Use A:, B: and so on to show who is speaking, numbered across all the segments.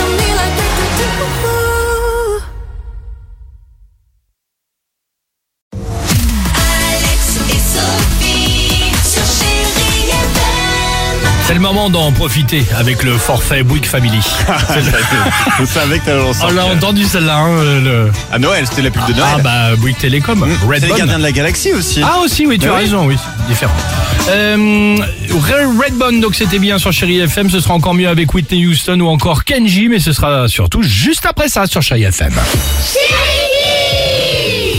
A: on me like we could do. Alex et Sophie sur Chérie FM.
B: C'est le moment d'en profiter avec le forfait Bouygues Family.
C: Vous savez que t'allais en
B: On
C: sortir.
B: l'a entendu celle-là, hein, euh, le...
C: À Noël, c'était la pub de Noël.
B: Ah bah Bouygues Télécom,
C: Mmh. c'est les
B: Redbone.
C: gardiens de la galaxie aussi. hein.
B: Ah aussi, oui, tu
C: Mais
B: as
C: oui.
B: raison, oui, différent. Euh, Red- Redbone, donc c'était bien sur Chéri FM, ce sera encore mieux avec Whitney Houston ou encore Kenji, mais ce sera surtout juste après ça sur Chéri FM.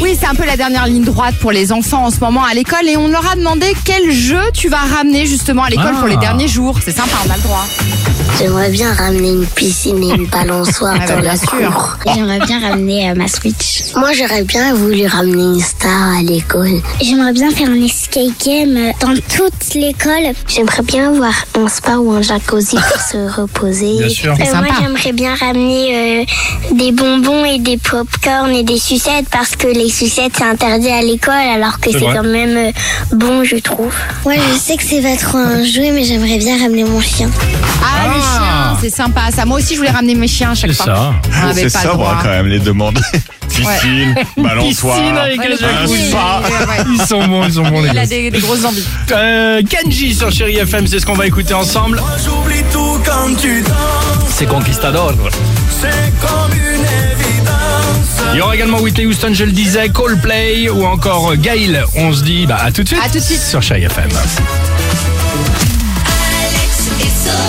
D: Oui, c'est un peu la dernière ligne droite pour les enfants en ce moment à l'école et on leur a demandé quel jeu tu vas ramener justement à l'école
B: Ah.
D: pour les derniers jours. C'est sympa, on a le droit.
E: J'aimerais bien ramener une piscine et une balançoire
D: Ah bah,
E: dans
D: bien
E: la
D: sûr.
E: cour. J'aimerais bien ramener euh, ma Switch. Moi, j'aurais bien voulu ramener une star à l'école. J'aimerais bien faire un escape game euh, dans toute l'école. J'aimerais bien avoir un spa ou un jacuzzi pour se reposer. Euh,
B: Bien sûr.
D: C'est
E: moi,
D: sympa.
E: j'aimerais bien ramener euh, des bonbons et des popcorn et des sucettes parce que les sucettes, c'est interdit à l'école alors que
B: C'est
E: c'est
B: vrai.
E: quand même euh, bon, je trouve. Ouais, je sais que c'est pas trop un jouet, mais j'aimerais bien ramener mon chien.
D: Ah, les
B: Ah.
D: chiens, c'est sympa ça. Moi aussi, je voulais ramener mes chiens à chaque
B: C'est
D: fois.
B: ça.
D: On
C: c'est
D: n'avait pas le
C: sobre
D: droit.
C: quand même les demandes. Piscine, balançoire.
B: Piscine avec
D: Ouais,
B: le
D: les
B: jacuzzi.
D: petits,
C: spa.
D: ouais, ouais.
B: Ils sont bons, ils sont bons les
D: Il
B: gars.
D: a des, des grosses envies.
B: Euh, Kenji sur Chéri FM, c'est ce qu'on va écouter ensemble.
F: J'oublie tout quand tu danses,
B: C'est Conquistador.
F: c'est comme une évidence.
B: Il y aura également Whitley Houston, je le disais, Coldplay ou encore Gail. On se dit bah, à tout de suite.
D: À tout de suite.
B: Sur Chéri FM.
A: Alex et Sophie.